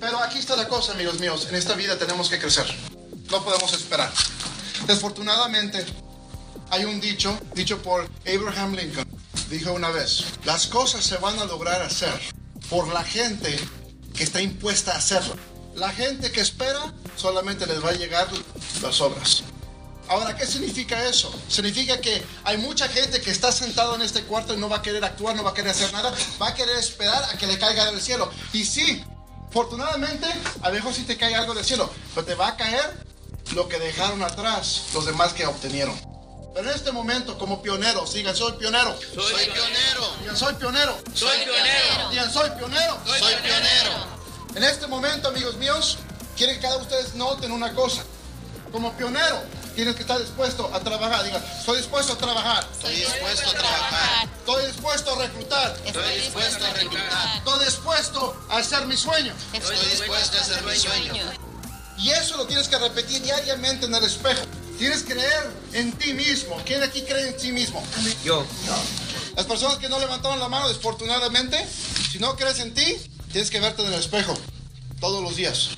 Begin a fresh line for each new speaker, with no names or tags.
Pero aquí está la cosa, amigos míos. En esta vida tenemos que crecer. No podemos esperar. Desafortunadamente, hay un dicho, dicho por Abraham Lincoln. Dijo una vez, las cosas se van a lograr hacer por la gente que está impuesta a hacerlo. La gente que espera solamente les va a llegar las obras. Ahora, ¿qué significa eso? Significa que hay mucha gente que está sentado en este cuarto y no va a querer actuar, no va a querer hacer nada, va a querer esperar a que le caiga del cielo. Y sí, afortunadamente, a veces sí te cae algo del cielo, pero te va a caer lo que dejaron atrás los demás que obtenieron. Pero en este momento, como pioneros, digan, soy pionero.
Soy pionero.
Digan, soy pionero.
Soy pionero.
Digan, soy pionero.
Soy pionero.
En este momento, amigos míos, quiero que cada uno de ustedes noten una cosa. Como pionero, tienes que estar dispuesto a trabajar. Digan, estoy dispuesto a trabajar.
Estoy dispuesto a trabajar.
Estoy dispuesto a reclutar.
Estoy dispuesto a reclutar.
Estoy dispuesto a hacer mi sueño.
Estoy dispuesto a hacer mi sueño.
Y eso lo tienes que repetir diariamente en el espejo. Tienes que creer en ti mismo. ¿Quién aquí cree en sí mismo?
Yo.
Las personas que no levantaron la mano, desafortunadamente, si no crees en ti, tienes que verte en el espejo todos los días.